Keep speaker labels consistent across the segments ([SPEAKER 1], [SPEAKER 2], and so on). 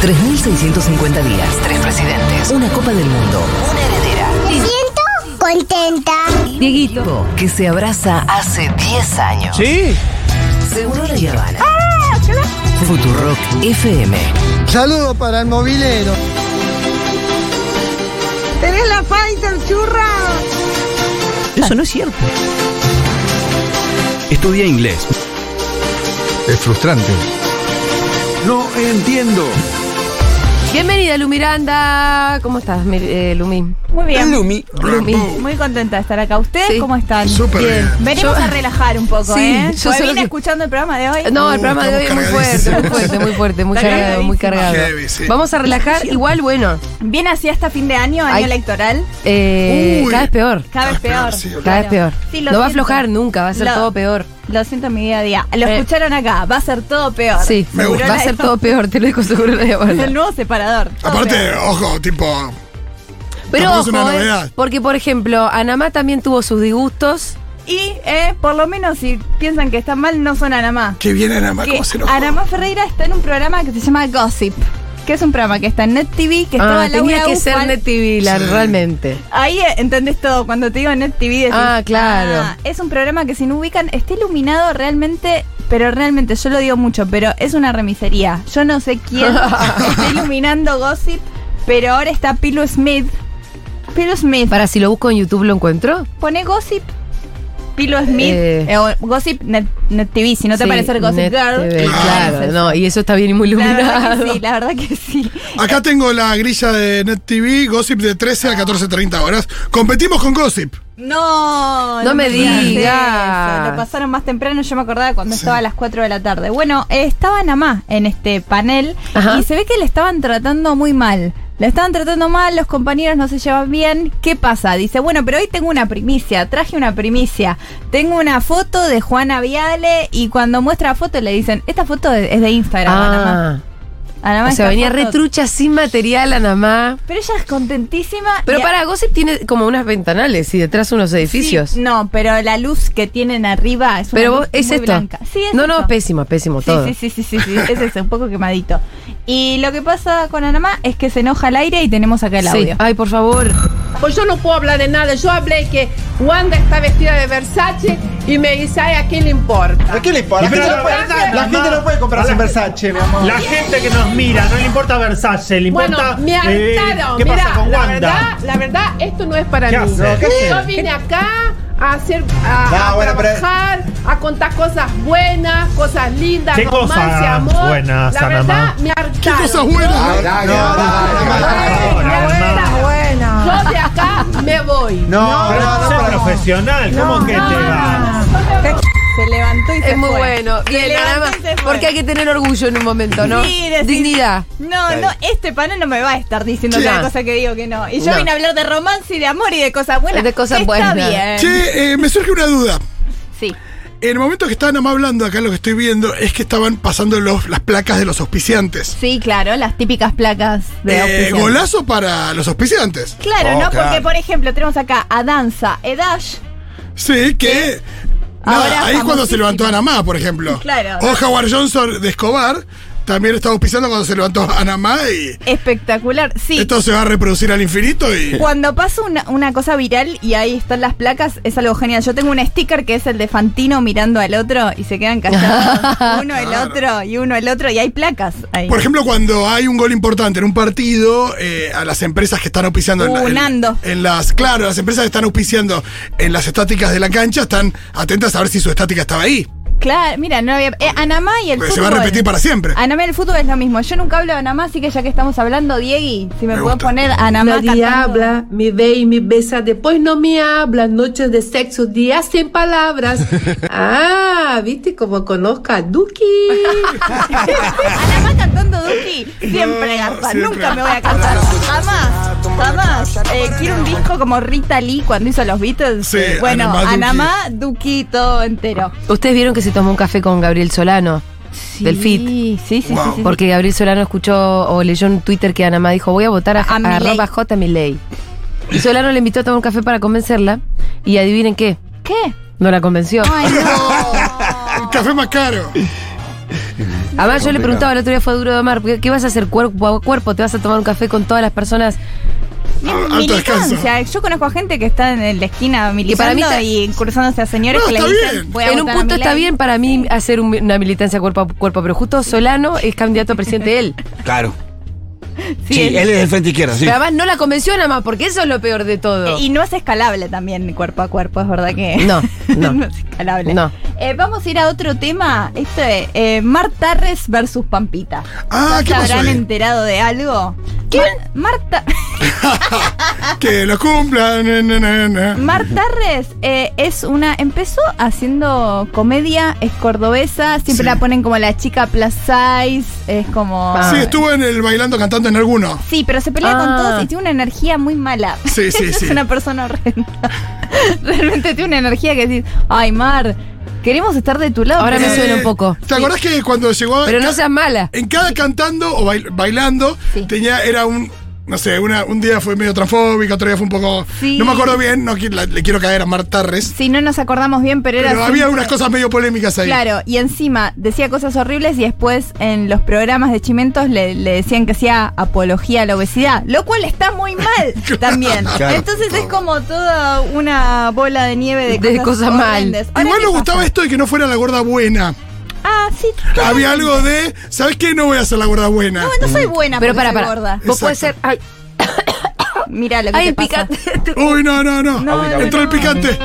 [SPEAKER 1] 3.650 días, tres presidentes, una Copa del Mundo, una heredera.
[SPEAKER 2] Me siento contenta.
[SPEAKER 1] Dieguito, que se abraza hace 10 años.
[SPEAKER 3] ¿Sí?
[SPEAKER 1] Seguro la Habana. Futurock FM.
[SPEAKER 4] Saludos para el movilero.
[SPEAKER 5] ¡Tenés la Fighter, churra!
[SPEAKER 6] Eso no es cierto. Estudia inglés.
[SPEAKER 7] Es frustrante.
[SPEAKER 8] No entiendo.
[SPEAKER 9] Bienvenida, Lu Miranda. ¿Cómo estás, Mi- eh, Lumi?
[SPEAKER 10] Muy bien.
[SPEAKER 3] Lumi.
[SPEAKER 9] Lumi.
[SPEAKER 10] Muy contenta de estar acá. ¿Ustedes
[SPEAKER 9] Sí.
[SPEAKER 10] cómo están?
[SPEAKER 7] Súper
[SPEAKER 9] Bien.
[SPEAKER 7] bien.
[SPEAKER 10] Venimos
[SPEAKER 9] Yo-
[SPEAKER 10] a relajar un poco,
[SPEAKER 9] Sí,
[SPEAKER 10] ¿eh?
[SPEAKER 9] yo
[SPEAKER 10] Pues
[SPEAKER 9] solo
[SPEAKER 10] vine
[SPEAKER 9] que-
[SPEAKER 10] escuchando el programa de hoy.
[SPEAKER 9] No, el
[SPEAKER 7] Uh,
[SPEAKER 9] programa de hoy es muy
[SPEAKER 7] estamos
[SPEAKER 9] fuerte, muy
[SPEAKER 7] cargadísimos.
[SPEAKER 9] fuerte, muy fuerte, muy
[SPEAKER 10] Está
[SPEAKER 9] cargado, muy
[SPEAKER 10] cargadísimo.
[SPEAKER 9] cargado.
[SPEAKER 7] Heavy, sí.
[SPEAKER 9] Vamos a relajar, igual, bueno,
[SPEAKER 10] Viene así hasta fin de año, año
[SPEAKER 9] Ay.
[SPEAKER 10] electoral.
[SPEAKER 9] eh,
[SPEAKER 7] Uy.
[SPEAKER 9] cada vez peor,
[SPEAKER 10] Cada
[SPEAKER 7] Cada vez
[SPEAKER 10] vez peor.
[SPEAKER 7] peor, sí,
[SPEAKER 10] Claro.
[SPEAKER 9] cada vez peor.
[SPEAKER 10] Sí, lo
[SPEAKER 9] no va a
[SPEAKER 10] siento.
[SPEAKER 9] aflojar nunca, va a ser
[SPEAKER 10] Lo-
[SPEAKER 9] todo peor.
[SPEAKER 10] Lo siento en mi día a día. Lo
[SPEAKER 9] Eh.
[SPEAKER 10] escucharon acá. Va a ser todo peor.
[SPEAKER 9] Sí,
[SPEAKER 7] Me gusta.
[SPEAKER 9] va a ser todo peor, te lo digo seguro la
[SPEAKER 10] Es
[SPEAKER 9] Habana.
[SPEAKER 10] el nuevo separador. Todo
[SPEAKER 7] Aparte,
[SPEAKER 10] peor.
[SPEAKER 7] ojo, tipo.
[SPEAKER 9] Pero
[SPEAKER 7] Tampoco
[SPEAKER 9] ojo,
[SPEAKER 7] es una
[SPEAKER 9] eh,
[SPEAKER 7] novedad.
[SPEAKER 9] porque por ejemplo, Anamá también tuvo sus disgustos.
[SPEAKER 10] Y eh, por lo menos si piensan que están mal, no son Anamá.
[SPEAKER 7] Qué bien Anamá, Ah,
[SPEAKER 10] Que
[SPEAKER 7] cómo se enojó.
[SPEAKER 10] Anamá Ferreira está en un programa que se llama Gossip. Que es un programa que está en Net TV, que estaba
[SPEAKER 9] Ah, tenía
[SPEAKER 10] Laura
[SPEAKER 9] que
[SPEAKER 10] Ufal.
[SPEAKER 9] ser Net TV, la-
[SPEAKER 7] Sí.
[SPEAKER 9] realmente.
[SPEAKER 10] Ahí eh, entendés todo. Cuando te digo Net TV, decís,
[SPEAKER 9] Ah, claro.
[SPEAKER 10] es un programa que si no ubican, está iluminado realmente, pero realmente, yo lo digo mucho, pero es una remisería. Yo no sé quién está iluminando Gossip, pero ahora está Pilo Smith. Pilo Smith.
[SPEAKER 9] Para si lo busco en YouTube lo encuentro.
[SPEAKER 10] Pone Gossip. Pilo Smith.
[SPEAKER 9] Eh.
[SPEAKER 10] eh, o Gossip Net, Net TV. Si no te
[SPEAKER 9] Sí,
[SPEAKER 10] parece el Gossip
[SPEAKER 9] Net
[SPEAKER 10] Girl.
[SPEAKER 9] TV,
[SPEAKER 7] Ah,
[SPEAKER 9] claro, no, y eso está bien muy
[SPEAKER 10] La verdad
[SPEAKER 9] iluminado.
[SPEAKER 10] que sí, la verdad que sí.
[SPEAKER 7] Acá tengo la grilla de Net TV, Gossip de 13 a 14.30 horas. Competimos con Gossip.
[SPEAKER 10] No,
[SPEAKER 9] No me
[SPEAKER 10] digas
[SPEAKER 9] digas.
[SPEAKER 10] eso. Lo pasaron más temprano, yo me acordaba cuando estaba a las 4 de la tarde. Bueno, eh, estaba Namá en este panel
[SPEAKER 9] Ajá.
[SPEAKER 10] y se ve que le estaban tratando muy mal. La estaban tratando mal, los compañeros no se llevan bien. ¿Qué pasa? Dice, bueno, pero hoy tengo una primicia, traje una primicia. Tengo una foto de Juana Viale y cuando muestra la foto le dicen, esta foto es de Instagram, Anamá.
[SPEAKER 9] Ah,
[SPEAKER 10] Anamá,
[SPEAKER 9] o sea,
[SPEAKER 10] esta
[SPEAKER 9] venía
[SPEAKER 10] foto-
[SPEAKER 9] retrucha sin material Anamá.
[SPEAKER 10] Pero ella es contentísima.
[SPEAKER 9] Pero
[SPEAKER 10] y-
[SPEAKER 9] para Gossip tiene como unas ventanales y detrás unos edificios.
[SPEAKER 10] Sí, no, pero la luz que tienen arriba es una
[SPEAKER 9] Pero
[SPEAKER 10] luz
[SPEAKER 9] vos, es
[SPEAKER 10] muy
[SPEAKER 9] esto.
[SPEAKER 10] blanca. Sí, es
[SPEAKER 9] no, no,
[SPEAKER 10] eso.
[SPEAKER 9] pésimo, pésimo
[SPEAKER 10] Sí,
[SPEAKER 9] todo.
[SPEAKER 10] sí, sí, sí, sí, sí, es eso, un poco quemadito. Y lo que pasa con Anamá es que se enoja al aire y tenemos acá el
[SPEAKER 9] Sí.
[SPEAKER 10] audio.
[SPEAKER 9] Ay, por favor.
[SPEAKER 11] Pues yo no puedo hablar de nada. Yo hablé que Wanda está vestida de Versace y me dice, ay, ¿a quién le importa?
[SPEAKER 12] ¿A qué le importa? La gente, no, puede, la gente no puede comprarse en Versace, mi amor.
[SPEAKER 3] La gente que nos mira, no le importa Versace, le
[SPEAKER 11] Bueno,
[SPEAKER 3] importa.
[SPEAKER 11] me
[SPEAKER 3] eh,
[SPEAKER 11] hartaron.
[SPEAKER 3] ¿Qué
[SPEAKER 11] Mirá,
[SPEAKER 3] pasa con
[SPEAKER 11] la
[SPEAKER 3] Wanda?
[SPEAKER 11] verdad, la verdad, esto no es para
[SPEAKER 3] ¿Qué
[SPEAKER 11] mí.
[SPEAKER 3] hace? No, ¿qué
[SPEAKER 11] Yo
[SPEAKER 3] hace?
[SPEAKER 11] vine acá a hacer, a,
[SPEAKER 12] No,
[SPEAKER 11] a
[SPEAKER 12] bueno, pero-
[SPEAKER 11] trabajar, a contar cosas buenas, cosas lindas,
[SPEAKER 3] ¿Qué
[SPEAKER 11] romance,
[SPEAKER 3] cosas
[SPEAKER 11] amor.
[SPEAKER 3] buenas,
[SPEAKER 11] la
[SPEAKER 3] Ana
[SPEAKER 11] verdad,
[SPEAKER 3] Ma?
[SPEAKER 11] me
[SPEAKER 7] Qué
[SPEAKER 11] hartaron.
[SPEAKER 7] cosas buenas.
[SPEAKER 12] No, no, no,
[SPEAKER 3] Ay, Ana Ma.
[SPEAKER 11] Yo de acá me voy.
[SPEAKER 12] no,
[SPEAKER 3] Pero
[SPEAKER 12] no,
[SPEAKER 3] sé
[SPEAKER 12] no, no.
[SPEAKER 3] profesional, ¿cómo que te vas?
[SPEAKER 10] Se levantó y se
[SPEAKER 9] Es muy
[SPEAKER 10] fue.
[SPEAKER 9] bueno.
[SPEAKER 10] Se
[SPEAKER 9] Bien,
[SPEAKER 10] levantó
[SPEAKER 9] Anamá.
[SPEAKER 10] y se fue.
[SPEAKER 9] Porque hay que tener orgullo en un momento, ¿no?
[SPEAKER 10] Sí, decís-
[SPEAKER 9] Dignidad.
[SPEAKER 10] No, no, este panel no me va a estar diciendo
[SPEAKER 9] Sí.
[SPEAKER 10] cada
[SPEAKER 9] No.
[SPEAKER 10] cosa que digo que no. Y yo
[SPEAKER 9] No.
[SPEAKER 10] vine a hablar de romance y de amor y de cosas buenas.
[SPEAKER 9] De cosas
[SPEAKER 10] Está
[SPEAKER 9] buenas.
[SPEAKER 10] bien.
[SPEAKER 7] Che, eh, me surge una duda.
[SPEAKER 10] Sí.
[SPEAKER 7] En el momento que estaban nomás hablando, acá lo que estoy viendo es que estaban pasando los, las placas de los auspiciantes.
[SPEAKER 10] Sí, claro, las típicas placas de
[SPEAKER 7] Eh,
[SPEAKER 10] auspiciante.
[SPEAKER 7] golazo para los auspiciantes.
[SPEAKER 10] Claro,
[SPEAKER 12] Oh,
[SPEAKER 10] ¿no?
[SPEAKER 12] claro.
[SPEAKER 10] Porque, por ejemplo, tenemos acá a Danza, Edash,
[SPEAKER 7] Sí, que. nada,
[SPEAKER 10] Ahora
[SPEAKER 7] ahí es cuando se
[SPEAKER 10] famosísimo.
[SPEAKER 7] levantó Anamá, por ejemplo.
[SPEAKER 10] Claro.
[SPEAKER 7] O Howard Johnson de Escobar también estaba auspiciando cuando se levantó Anamá y
[SPEAKER 10] espectacular. Sí,
[SPEAKER 7] esto se va a reproducir al infinito y.
[SPEAKER 10] Cuando pasa una, una cosa viral y ahí están las placas, es algo genial. Yo tengo un sticker que es el de Fantino mirando al otro y se quedan callados. uno el otro y uno el otro y hay placas ahí.
[SPEAKER 7] Por ejemplo, cuando hay un gol importante en un partido, eh, a las empresas que están auspiciando en la-
[SPEAKER 10] Uh,
[SPEAKER 7] en,
[SPEAKER 10] Nando.
[SPEAKER 7] en las, claro, las empresas que están auspiciando en las estáticas de la cancha están atentas a ver si su estática estaba ahí.
[SPEAKER 10] Claro, mira, no había. eh, Anamá y el
[SPEAKER 7] Porque
[SPEAKER 10] fútbol.
[SPEAKER 7] se va a repetir para siempre.
[SPEAKER 10] Anamá y el fútbol es lo mismo. Yo nunca hablo de Anamá, así que ya que estamos hablando, Diegui, si me,
[SPEAKER 7] Me
[SPEAKER 10] puedo
[SPEAKER 7] gusta.
[SPEAKER 10] poner Anamá
[SPEAKER 11] Nadie
[SPEAKER 10] cantando.
[SPEAKER 11] habla, me ve y me besa, después no me habla, noches de sexo, días sin palabras. ah, viste como conozco a Duki.
[SPEAKER 10] Anamá cantando Duki, siempre garpa,
[SPEAKER 7] siempre.
[SPEAKER 10] nunca me voy a cansar. Jamás, jamás. Eh, quiero un disco como Rita Lee cuando hizo los Beatles.
[SPEAKER 7] Sí,
[SPEAKER 10] bueno,
[SPEAKER 7] Anamá, Duki.
[SPEAKER 10] Anamá, Duki, todo entero.
[SPEAKER 9] Ustedes vieron que se tomó un café con Gabriel Solano. Del fit.
[SPEAKER 10] Sí, sí, sí, sí, sí.
[SPEAKER 9] Porque Gabriel Solano escuchó o leyó en Twitter que Anamá dijo, voy a votar a,
[SPEAKER 10] A
[SPEAKER 9] a
[SPEAKER 10] Milei.
[SPEAKER 9] arroba J Milei. Y Solano le invitó a tomar un café para convencerla. Y adivinen qué,
[SPEAKER 10] ¿Qué?
[SPEAKER 9] no la convenció.
[SPEAKER 10] Ay, no.
[SPEAKER 7] El café más caro.
[SPEAKER 11] Además, yo le preguntaba el otro día, fue duro de amar, ¿qué, qué vas a hacer cuerpo a cuerpo? ¿Te vas a tomar un café con todas las personas?
[SPEAKER 7] Alto
[SPEAKER 10] militancia. Yo conozco a gente que está en la esquina militando
[SPEAKER 11] mí está-
[SPEAKER 10] y cruzándose a señores
[SPEAKER 7] No,
[SPEAKER 10] que le
[SPEAKER 7] está
[SPEAKER 10] dicen.
[SPEAKER 7] bien.
[SPEAKER 10] "Voy a
[SPEAKER 11] en un
[SPEAKER 10] votar a
[SPEAKER 11] punto está
[SPEAKER 10] Milei".
[SPEAKER 11] bien para mí hacer un- una militancia cuerpo a cuerpo, pero justo Solano es candidato a presidente él.
[SPEAKER 12] Claro.
[SPEAKER 10] Sí,
[SPEAKER 12] Sí,
[SPEAKER 10] él-
[SPEAKER 12] él es del frente izquierdo, sí.
[SPEAKER 11] Pero además no la convenció nada más, porque eso es lo peor de todo.
[SPEAKER 10] Eh, Y no es escalable también cuerpo a cuerpo, es verdad que.
[SPEAKER 11] No, no.
[SPEAKER 10] es escalable.
[SPEAKER 11] No.
[SPEAKER 10] Eh, vamos a ir a otro tema. Esto es eh, Mar Tarres versus Pampita.
[SPEAKER 7] Ah,
[SPEAKER 10] ¿No
[SPEAKER 7] ¿qué
[SPEAKER 10] se
[SPEAKER 7] pasó
[SPEAKER 10] habrán
[SPEAKER 7] ahí?
[SPEAKER 10] enterado de algo? Mar- Marta.
[SPEAKER 7] Que lo cumplan. na, na, na, na.
[SPEAKER 10] Mar Tarres eh, es una. Empezó haciendo comedia, es cordobesa, siempre
[SPEAKER 7] Sí.
[SPEAKER 10] la ponen como la chica plus size, es como.
[SPEAKER 7] Ah. Sí, estuvo en el bailando cantando en alguno.
[SPEAKER 10] Sí, pero se pelea con
[SPEAKER 11] Ah.
[SPEAKER 10] todos y tiene una energía muy mala.
[SPEAKER 7] Sí, sí, sí.
[SPEAKER 10] es una persona horrenda. Realmente tiene una energía que decís, ay Mar, queremos estar de tu lado.
[SPEAKER 11] Ahora me
[SPEAKER 10] pero-
[SPEAKER 11] suena un poco.
[SPEAKER 7] Eh, ¿Te acordás que cuando llegó
[SPEAKER 11] Pero no
[SPEAKER 7] ca-
[SPEAKER 11] seas mala.
[SPEAKER 7] en cada cantando o bail- bailando
[SPEAKER 10] Sí.
[SPEAKER 7] tenía era un no sé, una- un día fue medio transfóbica, otro día fue un poco
[SPEAKER 10] Sí.
[SPEAKER 7] no me acuerdo bien, no qui- la- le quiero caer a Marta Tarres,
[SPEAKER 10] Sí, no nos acordamos bien, pero,
[SPEAKER 7] pero
[SPEAKER 10] era.
[SPEAKER 7] había
[SPEAKER 10] siempre-
[SPEAKER 7] unas cosas medio polémicas ahí.
[SPEAKER 10] Claro, y encima decía cosas horribles y después en los programas de Chimentos le, le decían que hacía apología a la obesidad, lo cual está muy mal también.
[SPEAKER 12] Claro.
[SPEAKER 10] Entonces
[SPEAKER 7] Oh.
[SPEAKER 10] es como toda una bola de nieve de,
[SPEAKER 11] De cosas mal.
[SPEAKER 10] horrendas. Ahora,
[SPEAKER 7] Igual
[SPEAKER 10] ¿qué
[SPEAKER 7] me
[SPEAKER 10] pasa?
[SPEAKER 7] gustaba esto de que no fuera la gorda buena.
[SPEAKER 10] Ah, sí.
[SPEAKER 7] Había algo de, ¿sabes qué? No voy a ser la gorda buena.
[SPEAKER 10] No, no Ah, pues soy buena,
[SPEAKER 11] Pero para,
[SPEAKER 10] para,
[SPEAKER 11] para.
[SPEAKER 10] gorda.
[SPEAKER 11] Vos podés ser.
[SPEAKER 7] Exacto.
[SPEAKER 11] Ay,
[SPEAKER 10] Mira lo que
[SPEAKER 11] ay
[SPEAKER 10] te
[SPEAKER 11] el
[SPEAKER 10] pasa.
[SPEAKER 11] picante.
[SPEAKER 7] Uy, no, no, no.
[SPEAKER 10] No, no,
[SPEAKER 7] Entró el
[SPEAKER 10] no.
[SPEAKER 7] picante.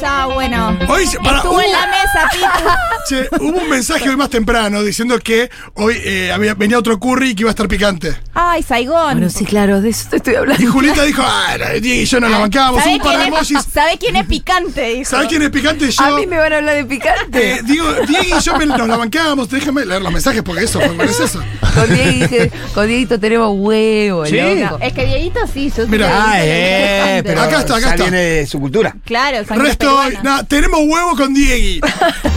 [SPEAKER 10] Chao, Ah, bueno.
[SPEAKER 7] Hoy se- para,
[SPEAKER 10] Estuvo en
[SPEAKER 7] hubo-
[SPEAKER 10] la mesa, Pitu.
[SPEAKER 7] Che, hubo un mensaje hoy más temprano diciendo que hoy eh, había- venía otro curry y que iba a estar picante.
[SPEAKER 10] Ay, Saigón.
[SPEAKER 11] Bueno, sí, claro, de eso te estoy
[SPEAKER 7] Y
[SPEAKER 11] hablando.
[SPEAKER 7] Julita dijo, ah, la- Diego y yo no la bancamos,
[SPEAKER 10] ¿Sabe
[SPEAKER 7] un par de
[SPEAKER 10] quién, es,
[SPEAKER 7] emojis.
[SPEAKER 10] sabe quién es picante? Dijo.
[SPEAKER 7] ¿Sabes quién es picante? Yo.
[SPEAKER 11] A mí me van a hablar de
[SPEAKER 7] eh,
[SPEAKER 11] picante.
[SPEAKER 7] digo, Diego y yo me- nos la bancamos, déjame leer los mensajes porque eso, me parece eso.
[SPEAKER 11] Con, Diego dije- con Dieguito tenemos huevo,
[SPEAKER 12] Sí.
[SPEAKER 11] loco.
[SPEAKER 10] Es que Dieguito sí, yo soy
[SPEAKER 7] Mira.
[SPEAKER 10] Dieguito,
[SPEAKER 12] Ah,
[SPEAKER 10] lo que es
[SPEAKER 12] eh,
[SPEAKER 10] picante.
[SPEAKER 12] pero
[SPEAKER 7] Acá está, acá
[SPEAKER 12] ya
[SPEAKER 7] está.
[SPEAKER 12] viene de su cultura.
[SPEAKER 10] Claro, sangre
[SPEAKER 7] Resto,
[SPEAKER 10] peruana.
[SPEAKER 7] nada, tenemos huevo con Diego.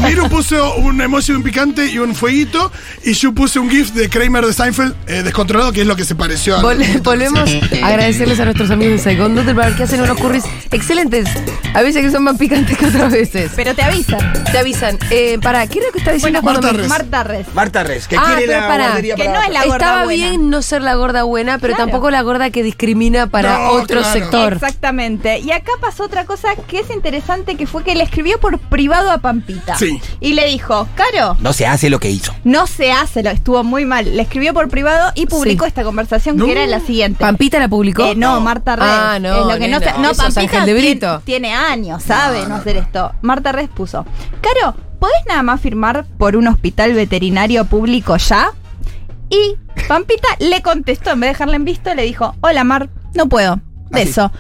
[SPEAKER 7] Miro puso un emoji de un picante y un fueguito, y yo puse un GIF de Kramer de Seinfeld eh, descontrolado, que es lo que se pareció a.
[SPEAKER 11] Vol- volvemos a agradecerles a nuestros amigos de Saigon Doodle Bar que hacen unos curries excelentes. A veces que son más picantes que otras veces.
[SPEAKER 10] Pero te avisan.
[SPEAKER 11] Te avisan. Eh, para, ¿qué es lo que está diciendo
[SPEAKER 7] Bueno, Marta
[SPEAKER 11] cuando me-
[SPEAKER 7] Res.
[SPEAKER 10] Marta Res.
[SPEAKER 12] Marta Res, que
[SPEAKER 11] Ah,
[SPEAKER 12] quiere
[SPEAKER 11] pero
[SPEAKER 12] la
[SPEAKER 11] pará,
[SPEAKER 12] guardería
[SPEAKER 10] que
[SPEAKER 12] para
[SPEAKER 10] no es la gorda
[SPEAKER 11] Estaba
[SPEAKER 10] buena.
[SPEAKER 11] bien no ser la gorda buena, pero
[SPEAKER 10] Claro.
[SPEAKER 11] tampoco la gorda que discrimina para
[SPEAKER 7] No,
[SPEAKER 11] otro
[SPEAKER 7] claro.
[SPEAKER 11] sector.
[SPEAKER 10] Exactamente. Y acá pasó otra cosa que es interesante, que fue que le escribió por privado a Pampita.
[SPEAKER 7] Sí.
[SPEAKER 10] Y le dijo, Caro,
[SPEAKER 12] No se hace lo que hizo.
[SPEAKER 10] no se hace, lo estuvo muy mal. Le escribió por privado y publicó
[SPEAKER 11] Sí.
[SPEAKER 10] esta conversación que era la siguiente.
[SPEAKER 11] ¿Pampita la publicó?
[SPEAKER 10] Eh, no, Marta Res.
[SPEAKER 11] Ah, no.
[SPEAKER 10] Es lo que no,
[SPEAKER 11] nena,
[SPEAKER 10] se- no
[SPEAKER 11] eso es
[SPEAKER 10] Pampita
[SPEAKER 11] Ángel
[SPEAKER 10] tien-
[SPEAKER 11] de Brito.
[SPEAKER 10] tiene, años, sabe no, hacer esto. Marta Res puso. Caro, ¿podés nada más firmar por un hospital veterinario público ya? Y Pampita le contestó, en vez de dejarla en visto, le dijo, hola Mar, no puedo. Beso.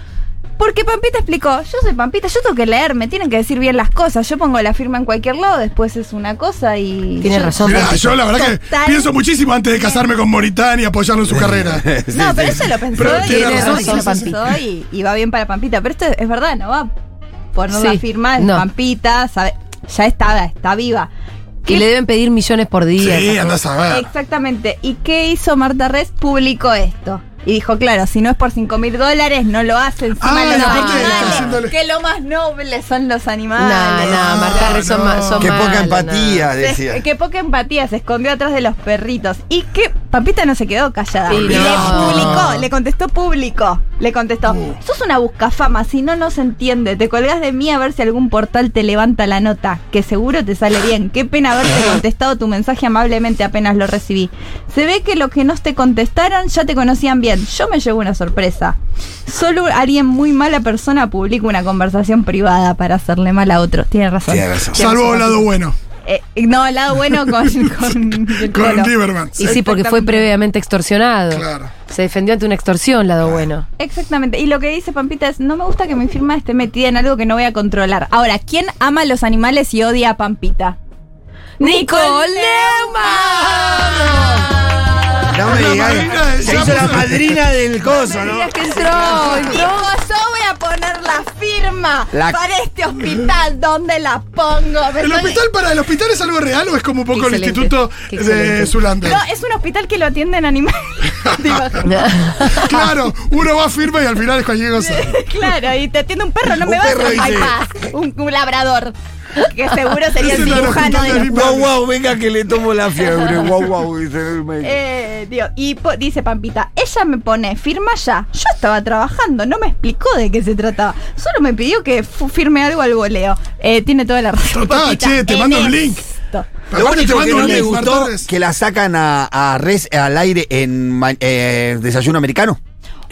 [SPEAKER 10] Porque Pampita explicó, yo soy Pampita, yo tengo que leer, me tienen que decir bien las cosas. Yo pongo la firma en cualquier lado, después es una cosa y...
[SPEAKER 11] Tiene
[SPEAKER 10] yo-
[SPEAKER 11] razón.
[SPEAKER 7] Mirá,
[SPEAKER 11] Pampita.
[SPEAKER 7] yo la verdad
[SPEAKER 10] Total.
[SPEAKER 7] que pienso muchísimo antes de casarme con Moritán y apoyarlo en su carrera.
[SPEAKER 10] No, pero eso lo pensó
[SPEAKER 7] Pues Pero
[SPEAKER 10] y
[SPEAKER 7] tiene
[SPEAKER 10] lo
[SPEAKER 7] razón,
[SPEAKER 10] pensó
[SPEAKER 11] sí, sí, sí.
[SPEAKER 10] y, y va bien para Pampita. Pero esto es, es verdad, no va por no
[SPEAKER 11] Sí,
[SPEAKER 10] la firma, es
[SPEAKER 11] no.
[SPEAKER 10] Pampita, sabe- ya está, está viva.
[SPEAKER 11] Y le deben pedir millones por día.
[SPEAKER 7] Sí, andás a ver.
[SPEAKER 10] Exactamente. ¿Y qué hizo Marta Res? Publicó esto. Y dijo, claro, si no es por 5 mil dólares, no lo hacen.
[SPEAKER 7] Ah,
[SPEAKER 10] los
[SPEAKER 7] y aparte
[SPEAKER 10] animales,
[SPEAKER 7] está haciéndole-
[SPEAKER 10] que lo más noble son los
[SPEAKER 11] No,
[SPEAKER 10] animales.
[SPEAKER 11] no, Marta Res son,
[SPEAKER 7] no.
[SPEAKER 11] ma- son
[SPEAKER 12] Qué poca
[SPEAKER 11] malas,
[SPEAKER 12] empatía, decía.
[SPEAKER 10] Se- que poca empatía se escondió atrás de los perritos. Y que Pampita no se quedó callada.
[SPEAKER 11] Sí,
[SPEAKER 10] le
[SPEAKER 11] no.
[SPEAKER 10] publicó, le contestó público. Le contestó:
[SPEAKER 12] Mm.
[SPEAKER 10] Sos una buscafama, si no, no se entiende. Te colgás de mí a ver si algún portal te levanta la nota, que seguro te sale bien. Qué pena haberte contestado tu mensaje amablemente apenas lo recibí. Se ve que los que no te contestaron ya te conocían bien. Yo me llevo una sorpresa. Solo alguien muy mala persona publica una conversación privada para hacerle mal a otros. Tiene razón.
[SPEAKER 12] Tiene razón.
[SPEAKER 7] Salvo el lado bueno,
[SPEAKER 10] Eh, no, el lado bueno con, con,
[SPEAKER 7] con
[SPEAKER 10] el pueblo.
[SPEAKER 7] Lieberman.
[SPEAKER 11] Y sí, porque fue previamente extorsionado.
[SPEAKER 7] Claro.
[SPEAKER 11] Se defendió ante una extorsión, lado bueno.
[SPEAKER 10] Exactamente. Y lo que dice Pampita es, no me gusta que mi firma esté metida en algo que no voy a controlar. Ahora, ¿quién ama a los animales y odia a Pampita?
[SPEAKER 11] ¡Nicole
[SPEAKER 10] Neumann!
[SPEAKER 12] No me
[SPEAKER 7] La
[SPEAKER 12] digas,
[SPEAKER 7] madrina de-
[SPEAKER 12] Se
[SPEAKER 7] ya
[SPEAKER 12] hizo la
[SPEAKER 7] puso-
[SPEAKER 12] madrina del coso, ¿no?
[SPEAKER 11] que entró,
[SPEAKER 10] Dijo,
[SPEAKER 11] entró.
[SPEAKER 10] yo voy a poner la firma
[SPEAKER 12] La-
[SPEAKER 10] para este hospital. ¿Dónde la pongo? Me
[SPEAKER 7] ¿El
[SPEAKER 10] sale-
[SPEAKER 7] hospital para el hospital es algo real o es como un poco el
[SPEAKER 11] Excelente,
[SPEAKER 7] instituto
[SPEAKER 11] qué
[SPEAKER 7] de
[SPEAKER 11] excelente.
[SPEAKER 7] Zulander?
[SPEAKER 10] No, es un hospital que lo atienden animales. ¿Te imaginas?
[SPEAKER 7] Claro, uno va firme y al final es cualquier cosa.
[SPEAKER 10] claro, y te atiende un perro, no
[SPEAKER 12] Un
[SPEAKER 10] me vas
[SPEAKER 12] perro
[SPEAKER 10] a
[SPEAKER 12] dice-
[SPEAKER 10] bypass. Un, un labrador. Que seguro sería el
[SPEAKER 12] Ese no era
[SPEAKER 10] cirujano de
[SPEAKER 12] hospital
[SPEAKER 10] los
[SPEAKER 12] de Wow, wow, venga que le tomo la fiebre. Wow, wow. dice el médico.
[SPEAKER 10] Eh, digo, y po- dice Pampita, ella me pone, firma ya. Yo estaba trabajando, no me explicó de qué se trataba. Solo me pidió que fu- firme algo al voleo. Eh, tiene toda la razón.
[SPEAKER 7] Total,
[SPEAKER 10] Pampita,
[SPEAKER 7] che, te
[SPEAKER 10] en
[SPEAKER 7] mando un link.
[SPEAKER 10] esto.
[SPEAKER 7] Aparte
[SPEAKER 12] Lo
[SPEAKER 7] te
[SPEAKER 12] único
[SPEAKER 7] mando
[SPEAKER 12] que no
[SPEAKER 7] un
[SPEAKER 12] me
[SPEAKER 7] link,
[SPEAKER 12] gustó
[SPEAKER 7] Martínez.
[SPEAKER 12] que la sacan a, a Res al aire en ma- eh, Desayuno Americano.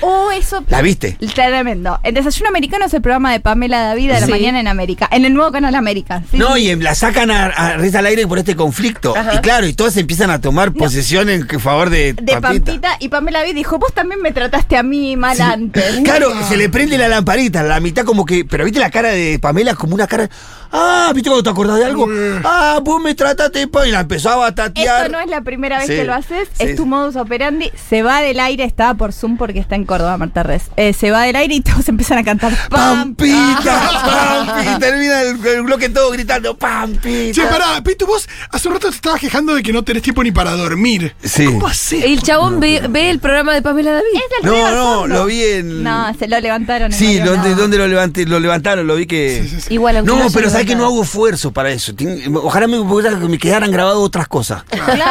[SPEAKER 10] Oh, eso.
[SPEAKER 12] ¿La viste?
[SPEAKER 10] Tremendo. El desayuno americano es el programa de Pamela David de la
[SPEAKER 12] Sí.
[SPEAKER 10] mañana en América. En el nuevo canal América. Sí,
[SPEAKER 12] No,
[SPEAKER 10] sí.
[SPEAKER 12] y en- la sacan a, a Res al aire por este conflicto.
[SPEAKER 10] Ajá.
[SPEAKER 12] Y claro, y todos empiezan a tomar posesión en que- favor de,
[SPEAKER 10] De
[SPEAKER 12] Pampita.
[SPEAKER 10] Pampita y Pamela David dijo, vos también me trataste a mí mal antes.
[SPEAKER 12] Claro, se le prende la lamparita, la mitad como que. Pero viste la cara de Pamela como una cara. Ah, ¿viste cuando te acordás de algo? Ah, vos me trataste, pa", y la empezó a batatear.
[SPEAKER 10] Esto no es la primera vez
[SPEAKER 12] Sí,
[SPEAKER 10] que lo haces,
[SPEAKER 12] sí.
[SPEAKER 10] es tu modus operandi. Se va del aire, estaba por Zoom porque está en Córdoba, Marta Res. Eh, se va del aire y todos empiezan a cantar Ah.
[SPEAKER 12] ¡Pampita! ¡Pampi! Y termina el, el bloque todo gritando ¡Pampita!
[SPEAKER 7] Che, pará, Pitu, vos hace un rato te estabas quejando de que no tenés tiempo ni para dormir.
[SPEAKER 12] Sí.
[SPEAKER 7] ¿Cómo haces?
[SPEAKER 11] El chabón ve, ve el programa de Pamela David.
[SPEAKER 10] Es el
[SPEAKER 12] No,
[SPEAKER 10] ruido al
[SPEAKER 12] no,
[SPEAKER 10] fondo.
[SPEAKER 12] lo vi en-
[SPEAKER 10] No, se lo levantaron.
[SPEAKER 12] Sí,
[SPEAKER 10] no vio
[SPEAKER 12] ¿dónde,
[SPEAKER 10] nada.
[SPEAKER 12] dónde lo, levanté, lo levantaron? Lo vi que...
[SPEAKER 11] Igual, aunque
[SPEAKER 12] No,
[SPEAKER 11] haya
[SPEAKER 12] pero sabes
[SPEAKER 11] levantado.
[SPEAKER 12] que no hago esfuerzo para eso. Ten- Ojalá me, pudiera- me quedaran grabadas otras cosas.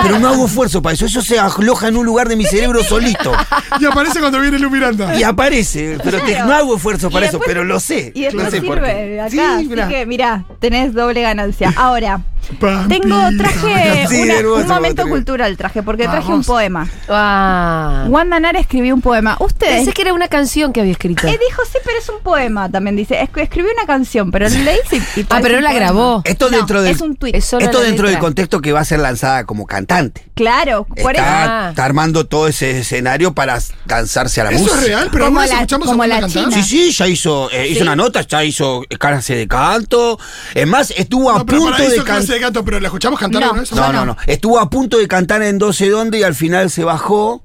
[SPEAKER 12] Pero no hago esfuerzo para eso. Eso se aloja en un lugar de mi cerebro solito.
[SPEAKER 7] Y aparece cuando viene Lu Miranda.
[SPEAKER 12] Y aparece. Pero te-
[SPEAKER 10] Claro.
[SPEAKER 12] no hago esfuerzo
[SPEAKER 10] Y
[SPEAKER 12] para eso,
[SPEAKER 10] después-
[SPEAKER 12] pero lo sé.
[SPEAKER 10] Y después
[SPEAKER 12] Lo sé por qué.
[SPEAKER 10] sirve acá, así
[SPEAKER 12] mirá.
[SPEAKER 10] que mirá, tenés doble ganancia. Ahora,
[SPEAKER 7] Pampita.
[SPEAKER 10] tengo, traje
[SPEAKER 12] Sí,
[SPEAKER 10] una-
[SPEAKER 12] hermoso,
[SPEAKER 10] un momento
[SPEAKER 12] Patrick.
[SPEAKER 10] cultural, traje, porque traje un
[SPEAKER 7] Vamos.
[SPEAKER 10] poema.
[SPEAKER 11] Ah.
[SPEAKER 10] Wanda Nara escribió un poema. Ustedes
[SPEAKER 11] Pensé que era una canción que había escrito.
[SPEAKER 10] Eh, dijo, sí, pero es un poema también. Dice, es que escribí una canción, pero no leí. y- y
[SPEAKER 11] Ah, pero
[SPEAKER 10] parece
[SPEAKER 11] no la
[SPEAKER 10] un poema.
[SPEAKER 11] grabó.
[SPEAKER 12] Esto
[SPEAKER 10] No,
[SPEAKER 12] dentro del,
[SPEAKER 10] Es un tuit.
[SPEAKER 11] Es solo
[SPEAKER 12] esto
[SPEAKER 11] la
[SPEAKER 12] dentro del
[SPEAKER 11] letra.
[SPEAKER 12] contexto que va a ser lanzada como cantante.
[SPEAKER 10] Claro, por eso. Ah.
[SPEAKER 12] Está,
[SPEAKER 11] eso.
[SPEAKER 12] está armando todo ese escenario para lanzarse a la
[SPEAKER 7] Eso
[SPEAKER 12] música.
[SPEAKER 7] es real, pero
[SPEAKER 10] Como
[SPEAKER 7] alguna vez
[SPEAKER 10] la-
[SPEAKER 7] escuchamos a
[SPEAKER 10] como
[SPEAKER 7] Wanda
[SPEAKER 10] la
[SPEAKER 7] cantar.
[SPEAKER 10] china.
[SPEAKER 12] Sí, sí, ya hizo, eh, hizo una nota, ya hizo eh, clase de canto. Es más, estuvo a
[SPEAKER 7] No, pero
[SPEAKER 12] punto
[SPEAKER 7] para
[SPEAKER 12] de
[SPEAKER 7] eso clase
[SPEAKER 12] cantar.
[SPEAKER 7] de gato, pero la escuchamos cantar
[SPEAKER 10] No.
[SPEAKER 7] alguna vez.
[SPEAKER 12] No, no, no. Estuvo a punto de cantar en 12 donde y al final se bajó,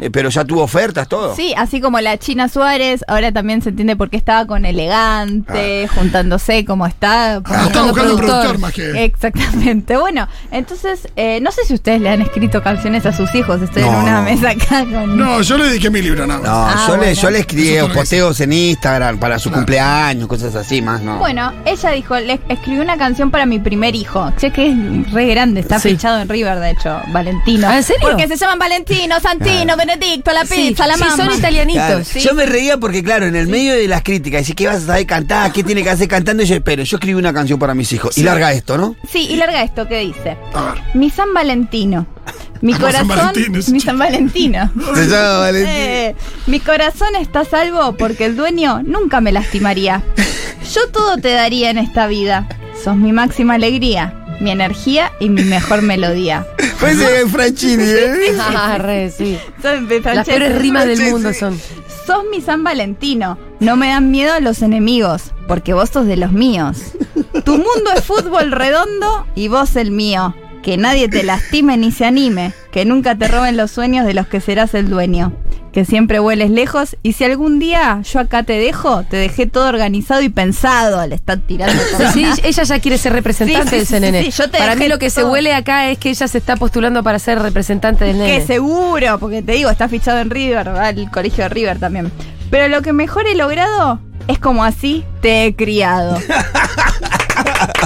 [SPEAKER 12] eh, pero ya tuvo ofertas, todo.
[SPEAKER 10] Sí, así como la China Suárez, ahora también se entiende por qué estaba con elegante, juntándose como
[SPEAKER 7] Ah,
[SPEAKER 10] está.
[SPEAKER 7] está
[SPEAKER 11] Ah. Buscando
[SPEAKER 7] buscando un
[SPEAKER 11] productor.
[SPEAKER 7] productor más que.
[SPEAKER 10] Exactamente. Bueno, entonces, eh, no sé si ustedes le han escrito canciones a sus hijos. Estoy en
[SPEAKER 12] No.
[SPEAKER 10] una mesa acá con.
[SPEAKER 7] No, yo le dediqué mi libro nada
[SPEAKER 12] No,
[SPEAKER 7] más.
[SPEAKER 10] Ah,
[SPEAKER 12] yo, le,
[SPEAKER 10] bueno.
[SPEAKER 12] yo le escribí
[SPEAKER 7] Eso es lo que
[SPEAKER 12] posteos en Instagram para su
[SPEAKER 7] Claro.
[SPEAKER 12] cumpleaños, cosas así, más no.
[SPEAKER 10] Bueno, ella dijo, le escribí una canción para mi primer hijo. Sé que es re grande, está
[SPEAKER 11] Sí.
[SPEAKER 10] fichado en River, de hecho, Valentino.
[SPEAKER 11] ¿Ah, en serio? Ah.
[SPEAKER 10] Porque se llaman Valentino, Santino, Benedicto, la
[SPEAKER 11] Sí,
[SPEAKER 10] pizza, la
[SPEAKER 11] sí,
[SPEAKER 10] mamá.
[SPEAKER 11] son italianitos.
[SPEAKER 12] Claro.
[SPEAKER 11] sí.
[SPEAKER 12] Yo me reía porque, claro, en el medio de las críticas, dice, ¿qué vas a saber cantar? ¿Qué tiene que hacer cantando? Y yo, pero yo escribí una canción para mis hijos. Y larga esto, ¿no?
[SPEAKER 10] Sí, y larga esto que dice.
[SPEAKER 7] A ver.
[SPEAKER 10] Mi San Valentino. Mi
[SPEAKER 7] Como San
[SPEAKER 10] corazón.
[SPEAKER 7] Valentino, sí.
[SPEAKER 10] mi San Valentino.
[SPEAKER 12] Se llama Valentín.
[SPEAKER 10] Eh, mi corazón está a salvo porque el dueño nunca me lastimaría. Yo todo te daría en esta vida. Sos mi máxima alegría, mi energía y mi mejor melodía.
[SPEAKER 12] Pues eh, Franchini, ¿eh?
[SPEAKER 11] Ah, re, sí.
[SPEAKER 10] Son de
[SPEAKER 11] Las
[SPEAKER 10] Francesco.
[SPEAKER 11] peores rimas del
[SPEAKER 12] Sí,
[SPEAKER 11] mundo
[SPEAKER 12] sí.
[SPEAKER 11] son.
[SPEAKER 10] Sos mi San Valentino. No me dan miedo los enemigos, porque vos sos de los míos. Tu mundo es fútbol redondo y vos el mío. Que nadie te lastime ni se anime. Que nunca te roben los sueños de los que serás el dueño. Que siempre vueles lejos y si algún día yo acá te dejo, te dejé todo organizado y pensado. Le está tirando.
[SPEAKER 11] Sí, sí, ella ya quiere ser representante
[SPEAKER 10] Sí, sí,
[SPEAKER 11] de ese
[SPEAKER 10] sí,
[SPEAKER 11] nene.
[SPEAKER 10] sí, yo te
[SPEAKER 11] para
[SPEAKER 10] dejé
[SPEAKER 11] mí lo que se
[SPEAKER 10] todo.
[SPEAKER 11] huele acá es que ella se está postulando para ser representante del nene.
[SPEAKER 10] Que seguro, porque te digo, está fichado en River, va al colegio de River también. Pero lo que mejor he logrado es como así te he criado.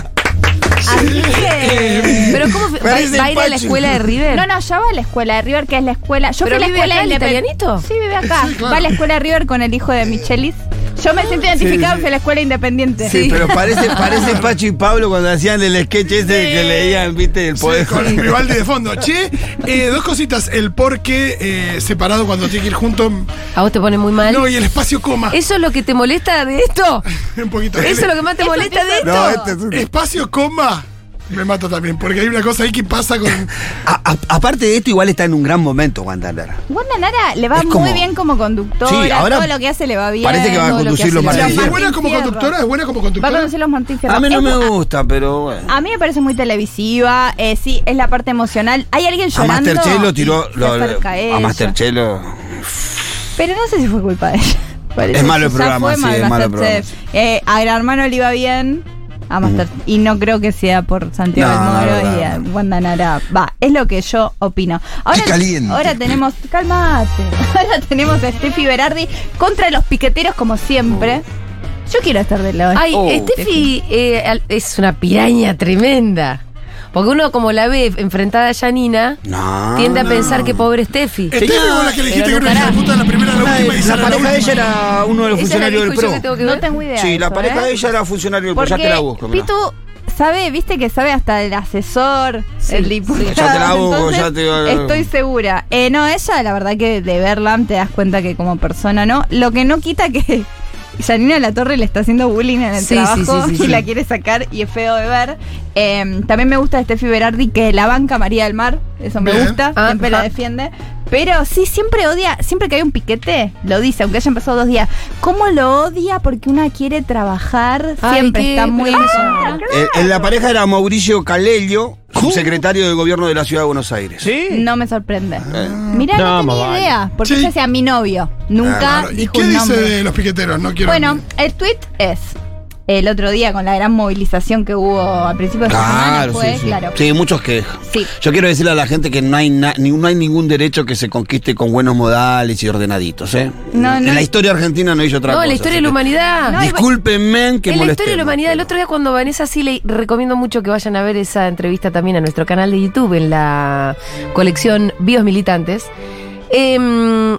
[SPEAKER 10] así que.
[SPEAKER 11] Pero ¿cómo fue- va,
[SPEAKER 12] Parece
[SPEAKER 11] va a ir a la
[SPEAKER 12] Pachi.
[SPEAKER 11] escuela de River?
[SPEAKER 10] No, no, ya va a la escuela de River, que es la escuela. Yo fui
[SPEAKER 11] ¿Pero
[SPEAKER 10] a la
[SPEAKER 11] vive
[SPEAKER 10] escuela
[SPEAKER 11] acá el
[SPEAKER 10] independ-
[SPEAKER 11] italianito?
[SPEAKER 10] Sí, vive acá. Va a la escuela de River con el hijo de Michelis. Yo me siento identificado fui a la escuela independiente.
[SPEAKER 12] Sí, pero parece, parece Pacho y Pablo cuando hacían el sketch ese que leían, viste, el poder.
[SPEAKER 7] Con el Vivaldi de fondo. Che, eh, dos cositas. El por qué eh, separado cuando tiene que ir junto.
[SPEAKER 11] A vos te pone muy mal.
[SPEAKER 7] No, y el espacio coma.
[SPEAKER 11] ¿Eso es lo que te molesta de esto?
[SPEAKER 7] Un poquito.
[SPEAKER 11] ¿Eso es lo que más te molesta de esto?
[SPEAKER 12] No, este es un-
[SPEAKER 7] Espacio coma. Me mata también, porque hay una cosa ahí que pasa con.
[SPEAKER 12] A- a- aparte de esto, igual está en un gran momento Wanda Lara.
[SPEAKER 10] Wanda Nara le va
[SPEAKER 12] Es como-
[SPEAKER 10] muy bien como conductora.
[SPEAKER 12] Sí, ahora
[SPEAKER 10] todo lo que hace le va bien.
[SPEAKER 12] Parece que va a
[SPEAKER 11] lo que
[SPEAKER 12] conducir
[SPEAKER 11] hace
[SPEAKER 12] los
[SPEAKER 11] la-
[SPEAKER 7] O sea,
[SPEAKER 12] Martín
[SPEAKER 7] ¿Es
[SPEAKER 10] Martín
[SPEAKER 7] buena como
[SPEAKER 10] Fierro.
[SPEAKER 7] conductora? ¿Es buena como
[SPEAKER 10] Va a
[SPEAKER 7] conductora?
[SPEAKER 10] conocer los Martín Fierro.
[SPEAKER 12] A mí no
[SPEAKER 10] Es
[SPEAKER 12] me
[SPEAKER 10] bu-
[SPEAKER 12] gusta, pero
[SPEAKER 11] Ah,
[SPEAKER 12] bueno.
[SPEAKER 10] A mí me parece muy televisiva, eh, sí, es la parte emocional. Hay alguien
[SPEAKER 12] A
[SPEAKER 10] llorando.
[SPEAKER 12] Masterchef lo tiró.
[SPEAKER 10] Se
[SPEAKER 12] lo-
[SPEAKER 10] acerca ella.
[SPEAKER 12] a Masterchef lo-
[SPEAKER 10] Pero no sé si fue culpa de ella.
[SPEAKER 12] Es malo el
[SPEAKER 10] Ya
[SPEAKER 12] programa,
[SPEAKER 10] fue
[SPEAKER 12] sí,
[SPEAKER 10] mal
[SPEAKER 12] es malo el
[SPEAKER 10] Masterchef. Eh, a Gran Hermano le iba bien. A Master Y no creo que sea por Santiago
[SPEAKER 12] No,
[SPEAKER 10] del Moro
[SPEAKER 12] no,
[SPEAKER 10] y a Wanda Nara. Va, es lo que yo opino. Ahora,
[SPEAKER 8] Qué caliente.
[SPEAKER 10] ahora tenemos. Calmate. Ahora tenemos a Steffi Berardi contra los piqueteros, como siempre. Yo quiero estar del lado de
[SPEAKER 11] Ay,
[SPEAKER 10] Oh,
[SPEAKER 11] Steffi eh, al- es una piraña tremenda. Porque uno como la ve Eh, enfrentada a Janina,
[SPEAKER 12] No.
[SPEAKER 11] tiende
[SPEAKER 10] Ah.
[SPEAKER 11] a pensar que pobre Steffi.
[SPEAKER 10] Eh,
[SPEAKER 7] Este
[SPEAKER 12] Steffi fue la que elegiste que era una hija de puta en la primera, en la última y
[SPEAKER 11] la
[SPEAKER 12] Sara en la
[SPEAKER 11] pareja de
[SPEAKER 12] última.
[SPEAKER 11] ella
[SPEAKER 12] era uno de los
[SPEAKER 11] Esa
[SPEAKER 12] funcionarios
[SPEAKER 11] la
[SPEAKER 12] del
[SPEAKER 11] dijo yo
[SPEAKER 12] PRO.
[SPEAKER 11] que tengo que
[SPEAKER 10] No tengo idea.
[SPEAKER 12] Sí,
[SPEAKER 10] de
[SPEAKER 12] la
[SPEAKER 10] eso,
[SPEAKER 12] pareja
[SPEAKER 10] ¿eh?
[SPEAKER 12] de ella era funcionario del PRO.
[SPEAKER 10] Porque
[SPEAKER 12] Ya te la busco. mirá.
[SPEAKER 10] Pitu sabe, viste que sabe hasta del asesor, el diputado.
[SPEAKER 12] Ya te la busco,
[SPEAKER 10] entonces
[SPEAKER 12] ya te-
[SPEAKER 10] Estoy segura. Eh, no, ella, la verdad que de verla te das cuenta que como persona no. Lo que no quita que Janina La Torre le está haciendo bullying en el
[SPEAKER 11] Sí, sí,
[SPEAKER 10] trabajo
[SPEAKER 11] sí, sí,
[SPEAKER 10] y
[SPEAKER 11] sí.
[SPEAKER 10] la quiere sacar y es feo de ver. Eh, también me gusta de Steffi Berardi que la banca María del Mar. Eso me
[SPEAKER 11] Bien.
[SPEAKER 10] gusta.
[SPEAKER 11] Ah,
[SPEAKER 10] siempre la
[SPEAKER 11] ajá.
[SPEAKER 10] defiende. Pero sí, siempre odia, siempre que hay un piquete, lo dice, aunque hayan pasado dos días. ¿Cómo lo odia? Porque una quiere trabajar,
[SPEAKER 11] Ay,
[SPEAKER 10] siempre
[SPEAKER 11] qué Ah,
[SPEAKER 10] está muy en
[SPEAKER 11] precioso.
[SPEAKER 10] contra.
[SPEAKER 12] Eh, En la pareja era Mauricio Calelio, secretario de gobierno de la ciudad de Buenos Aires.
[SPEAKER 3] ¿Sí?
[SPEAKER 10] No me sorprende.
[SPEAKER 12] Eh.
[SPEAKER 10] Mirá, no,
[SPEAKER 12] No, más
[SPEAKER 10] tenía
[SPEAKER 12] vale.
[SPEAKER 10] idea, porque
[SPEAKER 7] Ah. Sí.
[SPEAKER 10] ella decía mi novio. Nunca
[SPEAKER 7] Ah, claro. ¿Y
[SPEAKER 10] dijo
[SPEAKER 7] qué
[SPEAKER 10] un
[SPEAKER 7] dice
[SPEAKER 10] nombre.
[SPEAKER 7] de los piqueteros? No quiero.
[SPEAKER 10] Bueno, el tweet es el otro día con la gran movilización que hubo a principios de semana
[SPEAKER 12] Claro,
[SPEAKER 10] fue,
[SPEAKER 12] sí, sí.
[SPEAKER 10] claro.
[SPEAKER 12] Sí, muchos quejan.
[SPEAKER 10] Sí.
[SPEAKER 12] Yo quiero decirle a la gente que no hay, na- ni- no hay ningún derecho que se conquiste con buenos modales y ordenaditos, ¿eh?
[SPEAKER 11] No, no.
[SPEAKER 12] En la historia argentina no hizo otra
[SPEAKER 11] no,
[SPEAKER 12] cosa.
[SPEAKER 11] la historia de
[SPEAKER 12] así
[SPEAKER 11] la humanidad.
[SPEAKER 12] que- Discúlpenme que
[SPEAKER 11] en la historia de la
[SPEAKER 12] molestemos.
[SPEAKER 11] humanidad, el otro día cuando Vanessa sí le recomiendo mucho que vayan a ver esa entrevista también a nuestro canal de YouTube en la colección Bios Militantes. Em,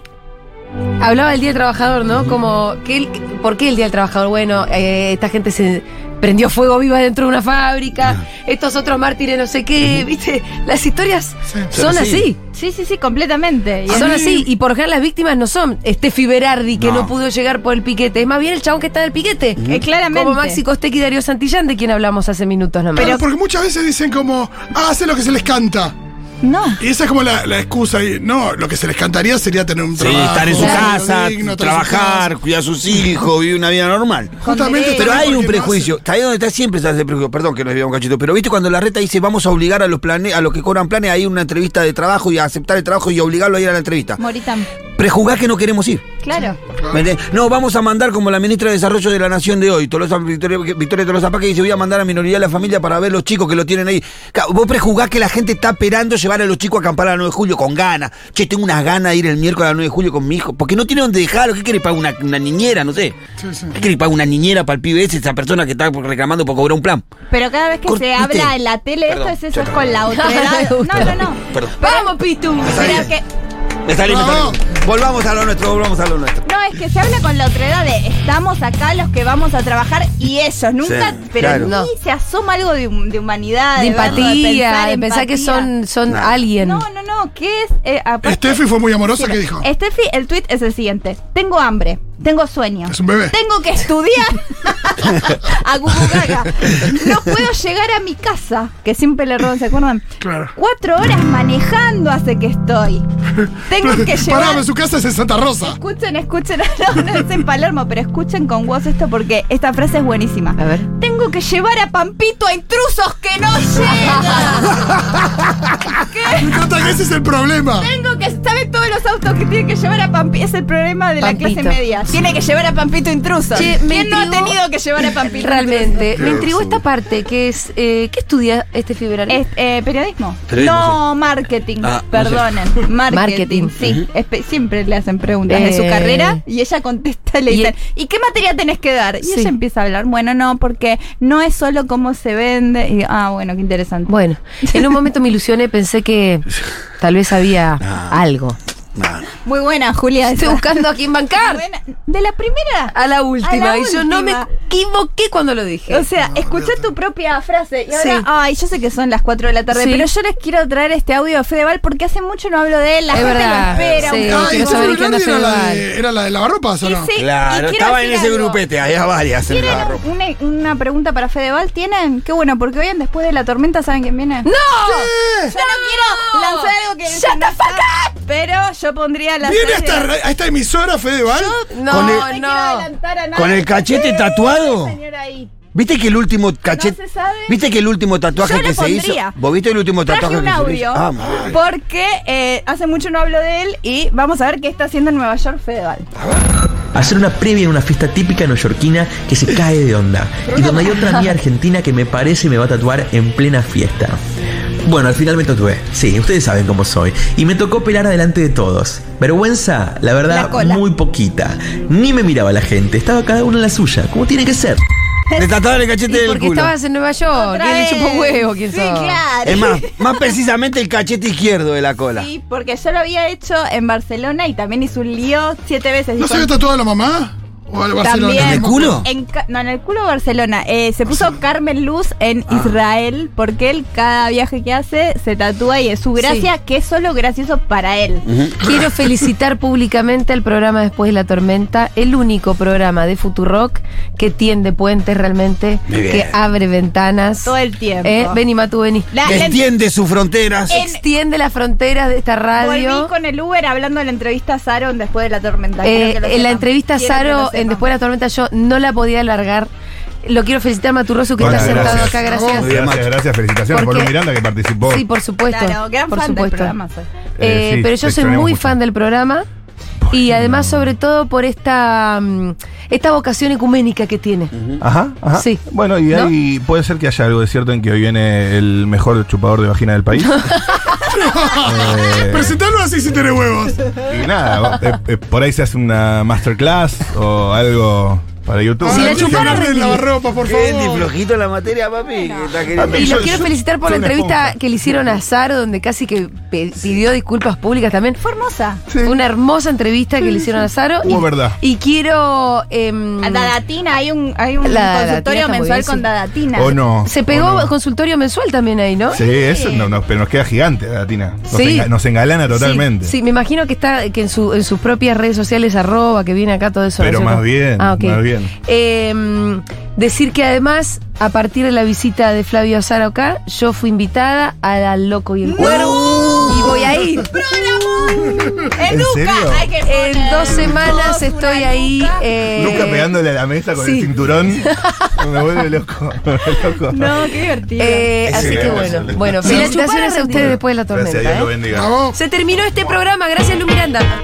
[SPEAKER 11] hablaba del Día del Trabajador, ¿no? Como, que el- ¿por qué el Día del Trabajador? Bueno, eh, esta gente se prendió fuego viva dentro de una fábrica,
[SPEAKER 12] Ah.
[SPEAKER 11] estos otros mártires no sé qué, ¿viste? Las historias son
[SPEAKER 12] Son así.
[SPEAKER 11] así.
[SPEAKER 10] Sí, sí, sí, completamente. Y
[SPEAKER 7] Ah,
[SPEAKER 11] Son
[SPEAKER 10] a mí-
[SPEAKER 11] así, y por lo general las víctimas no son Steffi Berardi que no.
[SPEAKER 12] No.
[SPEAKER 11] pudo llegar por el piquete, es más bien el chabón que está en el piquete.
[SPEAKER 10] Eh, claramente.
[SPEAKER 11] Como Maxi Costec y Darío Santillán, de quien hablamos hace minutos nomás.
[SPEAKER 7] Pero porque muchas veces dicen como, ah, hace lo que se les canta.
[SPEAKER 10] No.
[SPEAKER 7] Y esa es como la, la excusa. Y, no, lo que se les cantaría sería tener un
[SPEAKER 12] Sí,
[SPEAKER 7] trabajo.
[SPEAKER 12] estar en su
[SPEAKER 7] algo
[SPEAKER 12] casa,
[SPEAKER 7] digno, estar en su
[SPEAKER 12] trabajar, cuidar a sus hijos, vivir una vida normal.
[SPEAKER 7] Justamente
[SPEAKER 12] Pero
[SPEAKER 7] también
[SPEAKER 12] hay un
[SPEAKER 7] porque no
[SPEAKER 12] prejuicio. Está ahí donde está siempre está ese prejuicio. Perdón que nos llevamos un cachito. Pero viste cuando la reta dice vamos a obligar a los plane- a los que cobran planes a ir a una entrevista de trabajo y a aceptar el trabajo y obligarlo a ir a la entrevista.
[SPEAKER 10] Moritán.
[SPEAKER 12] Prejuzgás que no queremos ir.
[SPEAKER 10] Claro.
[SPEAKER 12] ¿Me entendés? No, vamos a mandar como la ministra de Desarrollo de la Nación de hoy, Tolosa, Victoria, Victoria Tolosa Paz, que dice voy a mandar a minoría de la familia para ver los chicos que lo tienen ahí. Ca- Vos prejuzgás que la gente está esperando llevar a los chicos a acampar a la 9 de julio con ganas. Che, tengo unas ganas de ir el miércoles a la 9 de julio con mi hijo. Porque no tiene dónde dejarlo. ¿Qué quiere pagar una, una niñera? No sé.
[SPEAKER 7] Sí, sí.
[SPEAKER 12] ¿Qué quiere pagar una niñera para el pibe ese, esa persona que está reclamando por cobrar un plan?
[SPEAKER 10] Pero cada vez que
[SPEAKER 12] Cor-
[SPEAKER 10] se
[SPEAKER 11] este.
[SPEAKER 12] ¿viste?
[SPEAKER 10] habla en la tele, esto
[SPEAKER 12] Perdón,
[SPEAKER 10] es eso,
[SPEAKER 12] ya
[SPEAKER 10] es
[SPEAKER 12] está.
[SPEAKER 10] con la otra edad. No, no, no.
[SPEAKER 12] Perdón.
[SPEAKER 11] ¡Vamos, Pitu!
[SPEAKER 10] Pero que,
[SPEAKER 12] Me está lindo, me está lindo. Volvamos a lo nuestro, volvamos a lo nuestro.
[SPEAKER 10] no, es que se habla con la otra edad de estamos acá los que vamos a trabajar y ellos nunca,
[SPEAKER 12] Sí,
[SPEAKER 10] pero
[SPEAKER 12] claro.
[SPEAKER 10] ni
[SPEAKER 12] No.
[SPEAKER 10] se asoma algo de, hum- de humanidad,
[SPEAKER 11] De
[SPEAKER 10] verlo,
[SPEAKER 11] empatía, de pensar
[SPEAKER 10] empatía.
[SPEAKER 11] que son, son
[SPEAKER 12] No.
[SPEAKER 11] alguien.
[SPEAKER 10] No, no, no, ¿qué es? Eh, aparte-
[SPEAKER 7] Steffi fue muy amorosa, ¿qué dijo?
[SPEAKER 10] Steffi, el tweet es el siguiente. Tengo hambre, tengo sueño.
[SPEAKER 7] Es un bebé.
[SPEAKER 10] Tengo que estudiar. a Cucucaca. No puedo llegar a mi casa, que siempre le roban, ¿se acuerdan?
[SPEAKER 7] Claro.
[SPEAKER 10] Cuatro horas manejando hace que estoy. Tengo que
[SPEAKER 7] Pará,
[SPEAKER 10] llegar...
[SPEAKER 7] pero su casa es en Santa Rosa.
[SPEAKER 10] Escuchen, escuchen, no, no es en Palermo, pero escuchen con voz esto porque esta frase es buenísima.
[SPEAKER 11] A ver.
[SPEAKER 10] Tengo que llevar a Pampito a intrusos que no llegan. ¿Qué?
[SPEAKER 7] Me encanta que ese es el problema.
[SPEAKER 10] Tengo que. ¿Saben todos los autos que tiene que llevar a Pampito? Es el problema de la
[SPEAKER 11] Pampito.
[SPEAKER 10] clase media. Tiene que llevar a Pampito intruso.
[SPEAKER 11] Che, me
[SPEAKER 10] ¿Quién no ha
[SPEAKER 11] intrigó-
[SPEAKER 10] tenido que llevar a Pampito
[SPEAKER 11] Realmente, me intrigó
[SPEAKER 7] absurdo.
[SPEAKER 11] esta parte, que es, eh, ¿qué estudia este fibral?
[SPEAKER 10] intruso? Es, eh, periodismo.
[SPEAKER 12] Periodismo,
[SPEAKER 10] no, marketing.
[SPEAKER 12] Ah, no
[SPEAKER 10] Perdonen. Marketing.
[SPEAKER 11] Marketing.
[SPEAKER 10] Sí. Espe- Siempre le hacen preguntas de su
[SPEAKER 11] Eh.
[SPEAKER 10] carrera y ella contesta y le
[SPEAKER 11] Y-
[SPEAKER 10] dicen, ¿y qué materia tenés que dar? Y
[SPEAKER 11] Sí.
[SPEAKER 10] ella empieza a hablar, bueno, no, porque no es solo cómo se vende. Y, ah, bueno, qué interesante.
[SPEAKER 11] Bueno, en un momento me ilusioné, pensé que tal vez había
[SPEAKER 13] Ah.
[SPEAKER 11] algo.
[SPEAKER 10] Muy buena, Julia.
[SPEAKER 11] Estoy
[SPEAKER 10] esa. Ah,
[SPEAKER 11] buscando a quién bancar.
[SPEAKER 10] Buena. De la primera
[SPEAKER 11] A la última,
[SPEAKER 10] A la
[SPEAKER 11] y yo no me
[SPEAKER 10] última.
[SPEAKER 11] equivoqué cuando lo dije.
[SPEAKER 10] O sea, escuché tu propia frase y ahora,
[SPEAKER 11] Sí.
[SPEAKER 10] ay, yo sé que son las 4 de la tarde,
[SPEAKER 11] Sí.
[SPEAKER 10] pero yo les quiero traer este audio de Fedeval porque hace mucho no hablo de él, la
[SPEAKER 11] Es
[SPEAKER 10] gente
[SPEAKER 11] verdad,
[SPEAKER 10] lo espera.
[SPEAKER 11] sí.
[SPEAKER 10] un
[SPEAKER 7] Ah,
[SPEAKER 10] poco.
[SPEAKER 7] y
[SPEAKER 11] quiero saber
[SPEAKER 7] entonces
[SPEAKER 11] quién hace
[SPEAKER 7] era, la
[SPEAKER 11] Val.
[SPEAKER 7] de, era la de lavarropas o
[SPEAKER 10] Eh, Y
[SPEAKER 7] no?
[SPEAKER 10] sí,
[SPEAKER 12] Claro,
[SPEAKER 10] y quiero
[SPEAKER 12] estaba en
[SPEAKER 10] decir
[SPEAKER 12] ese
[SPEAKER 10] algo.
[SPEAKER 12] grupete, había varias en
[SPEAKER 10] ¿Tienen
[SPEAKER 12] la ropa.
[SPEAKER 10] una, una pregunta para Fedeval? ¿Tienen? Qué bueno, porque hoy en después de la tormenta, ¿saben quién viene? ¡No! Yo no, quiero lanzar algo que. ¡Shut the fuck Pero yo pondría la.
[SPEAKER 7] ¿Viene a
[SPEAKER 10] frase-
[SPEAKER 7] esta, a esta emisora, Fedeval?
[SPEAKER 11] no,
[SPEAKER 12] Con el-
[SPEAKER 10] No me quiero adelantar a nada.
[SPEAKER 12] ¿Con el cachete
[SPEAKER 10] Sí,
[SPEAKER 12] tatuado?
[SPEAKER 10] señor ahí.
[SPEAKER 12] ¿Viste que el último cachete?
[SPEAKER 10] se sabe.
[SPEAKER 12] ¿Viste que el último tatuaje
[SPEAKER 10] Yo le
[SPEAKER 12] que se hizo?
[SPEAKER 10] pondría.
[SPEAKER 12] ¿Vos viste el último
[SPEAKER 10] Traje
[SPEAKER 12] tatuaje
[SPEAKER 10] un
[SPEAKER 12] que se
[SPEAKER 10] audio
[SPEAKER 12] hizo? Ah, madre.
[SPEAKER 10] porque eh, hace mucho no hablo de él y vamos a ver qué está haciendo en Nueva York Fedeval.
[SPEAKER 14] Hacer una previa en una fiesta típica neoyorquina que se cae de onda. Y donde hay otra mía argentina que me parece me va a tatuar en plena fiesta. Bueno, al final me tatué. Sí, ustedes saben cómo soy. Y me tocó pelar adelante de todos. Vergüenza, la verdad, muy poquita. Ni me miraba la gente. Estaba cada uno en la suya, como tiene que ser.
[SPEAKER 12] Le tatuaron el cachete del
[SPEAKER 11] Porque
[SPEAKER 12] culo.
[SPEAKER 11] estabas en Nueva York,
[SPEAKER 10] Otra
[SPEAKER 11] ¿quién le
[SPEAKER 10] vez.
[SPEAKER 11] chupó huevo? ¿Quién
[SPEAKER 10] Sí,
[SPEAKER 11] sos?
[SPEAKER 10] claro.
[SPEAKER 12] Es más, más precisamente el cachete izquierdo de la cola.
[SPEAKER 10] Sí, porque yo lo había hecho en Barcelona y también hizo un lío siete veces.
[SPEAKER 7] ¿No
[SPEAKER 10] Dijo,
[SPEAKER 7] se había tatuado la mamá? ¿O al Barcelona?
[SPEAKER 10] También.
[SPEAKER 12] ¿En el culo?
[SPEAKER 10] En Ca- no, en el culo Barcelona. Eh, se puso Carmen Luz en Israel porque él cada viaje que hace se tatúa y es su gracia que es solo gracioso para él.
[SPEAKER 11] Quiero felicitar públicamente al programa Después de la Tormenta, el único programa de Futurock que tiende puentes realmente,
[SPEAKER 12] Muy bien.
[SPEAKER 11] que abre ventanas.
[SPEAKER 10] Todo el tiempo.
[SPEAKER 11] Eh, vení, Matu, vení.
[SPEAKER 10] La-
[SPEAKER 12] Que
[SPEAKER 10] la-
[SPEAKER 12] extiende sus fronteras.
[SPEAKER 11] Extiende las fronteras de esta
[SPEAKER 10] Volví
[SPEAKER 11] radio.
[SPEAKER 10] con el Uber hablando de la entrevista a Saron después de la tormenta.
[SPEAKER 11] Eh,
[SPEAKER 10] Quiero que lo
[SPEAKER 11] en la
[SPEAKER 10] sepan.
[SPEAKER 11] entrevista a
[SPEAKER 10] Quiero que
[SPEAKER 11] Saro,
[SPEAKER 10] lo
[SPEAKER 11] en
[SPEAKER 10] sepan.
[SPEAKER 11] Después de la Tormenta, yo no la podía alargar. Lo quiero felicitar a Maturroso que
[SPEAKER 13] Bueno,
[SPEAKER 11] está sentado acá,
[SPEAKER 13] Muy
[SPEAKER 11] gracias.
[SPEAKER 13] bien, Gracias, gracias. Felicitaciones por
[SPEAKER 11] Porque-
[SPEAKER 13] Lu Miranda que participó.
[SPEAKER 11] Sí, por supuesto.
[SPEAKER 10] Claro, gran
[SPEAKER 11] por
[SPEAKER 10] fan del
[SPEAKER 11] supuesto.
[SPEAKER 10] programa soy.
[SPEAKER 11] Eh,
[SPEAKER 13] Eh, sí,
[SPEAKER 11] pero yo
[SPEAKER 13] te
[SPEAKER 11] soy
[SPEAKER 13] extrañamos
[SPEAKER 11] muy
[SPEAKER 13] mucho.
[SPEAKER 11] fan del programa y además sobre todo por esta mm, esta vocación ecuménica que tiene.
[SPEAKER 13] Ajá, ajá.
[SPEAKER 11] Sí.
[SPEAKER 13] Bueno, y ahí puede ser que haya algo de cierto en que hoy viene el mejor chupador de vagina del país. Eh,
[SPEAKER 7] Presentarlo así si tenés huevos.
[SPEAKER 13] y nada, eh, eh, por ahí se hace una masterclass o algo para YouTube.
[SPEAKER 11] Si la
[SPEAKER 7] Dejen
[SPEAKER 11] chuparon,
[SPEAKER 7] hablar de
[SPEAKER 11] rendí.
[SPEAKER 7] lavarropa, por favor.
[SPEAKER 12] Andy, flojito en la materia, papi. que está queriendo-
[SPEAKER 11] Y
[SPEAKER 13] Yo-
[SPEAKER 11] lo quiero
[SPEAKER 13] yo-
[SPEAKER 11] felicitar por la
[SPEAKER 13] soy una
[SPEAKER 11] entrevista
[SPEAKER 13] esponja.
[SPEAKER 11] que le hicieron a Saro, donde casi que pe- pidió disculpas públicas también.
[SPEAKER 10] Fue hermosa.
[SPEAKER 11] Fue una hermosa entrevista que le hicieron a Saro.
[SPEAKER 13] Hubo
[SPEAKER 11] y,
[SPEAKER 13] verdad.
[SPEAKER 11] y quiero... em,
[SPEAKER 10] A Dadatina, hay un, hay un
[SPEAKER 11] La Dadatina
[SPEAKER 10] consultorio
[SPEAKER 11] está muy
[SPEAKER 10] mensual
[SPEAKER 11] bien, sí.
[SPEAKER 10] con Dadatina.
[SPEAKER 13] O no.
[SPEAKER 11] se pegó
[SPEAKER 13] o no.
[SPEAKER 11] consultorio mensual también ahí, ¿no?
[SPEAKER 13] Sí, eso no, no, pero nos queda gigante, Latina. Nos,
[SPEAKER 11] Sí.
[SPEAKER 13] enga- nos engalana totalmente.
[SPEAKER 11] Sí, sí, me imagino que está que en, su- en sus propias redes sociales, arroba, que viene acá todo eso. ¿no
[SPEAKER 13] Pero
[SPEAKER 11] es cierto?
[SPEAKER 13] más bien,
[SPEAKER 11] Ah, ok.
[SPEAKER 13] más bien.
[SPEAKER 11] Eh, decir que además, a partir de la visita de Flavio Azaro acá, yo fui invitada a la Loco y el Cuervo. Y voy a ir.
[SPEAKER 13] ¿En serio?
[SPEAKER 10] Hay que poner
[SPEAKER 11] En dos semanas
[SPEAKER 10] todos
[SPEAKER 11] estoy
[SPEAKER 10] una
[SPEAKER 11] ahí.
[SPEAKER 10] nuca.
[SPEAKER 11] eh,
[SPEAKER 13] Nunca pegándole a la mesa con
[SPEAKER 11] sí.
[SPEAKER 13] el cinturón. Me vuelve loco. Me vuelve loco.
[SPEAKER 10] No, qué divertido.
[SPEAKER 11] eh,
[SPEAKER 13] Sí,
[SPEAKER 11] así
[SPEAKER 13] sí,
[SPEAKER 11] que
[SPEAKER 13] sí,
[SPEAKER 11] bueno.
[SPEAKER 13] sí.
[SPEAKER 11] Bueno,
[SPEAKER 13] Sí,
[SPEAKER 11] felicitaciones a ustedes este después de la
[SPEAKER 13] Gracias a
[SPEAKER 11] tormenta.
[SPEAKER 13] Dios lo
[SPEAKER 11] ¿eh?
[SPEAKER 13] bendiga.
[SPEAKER 7] Vamos.
[SPEAKER 11] Se terminó este programa. Gracias, Lu Miranda.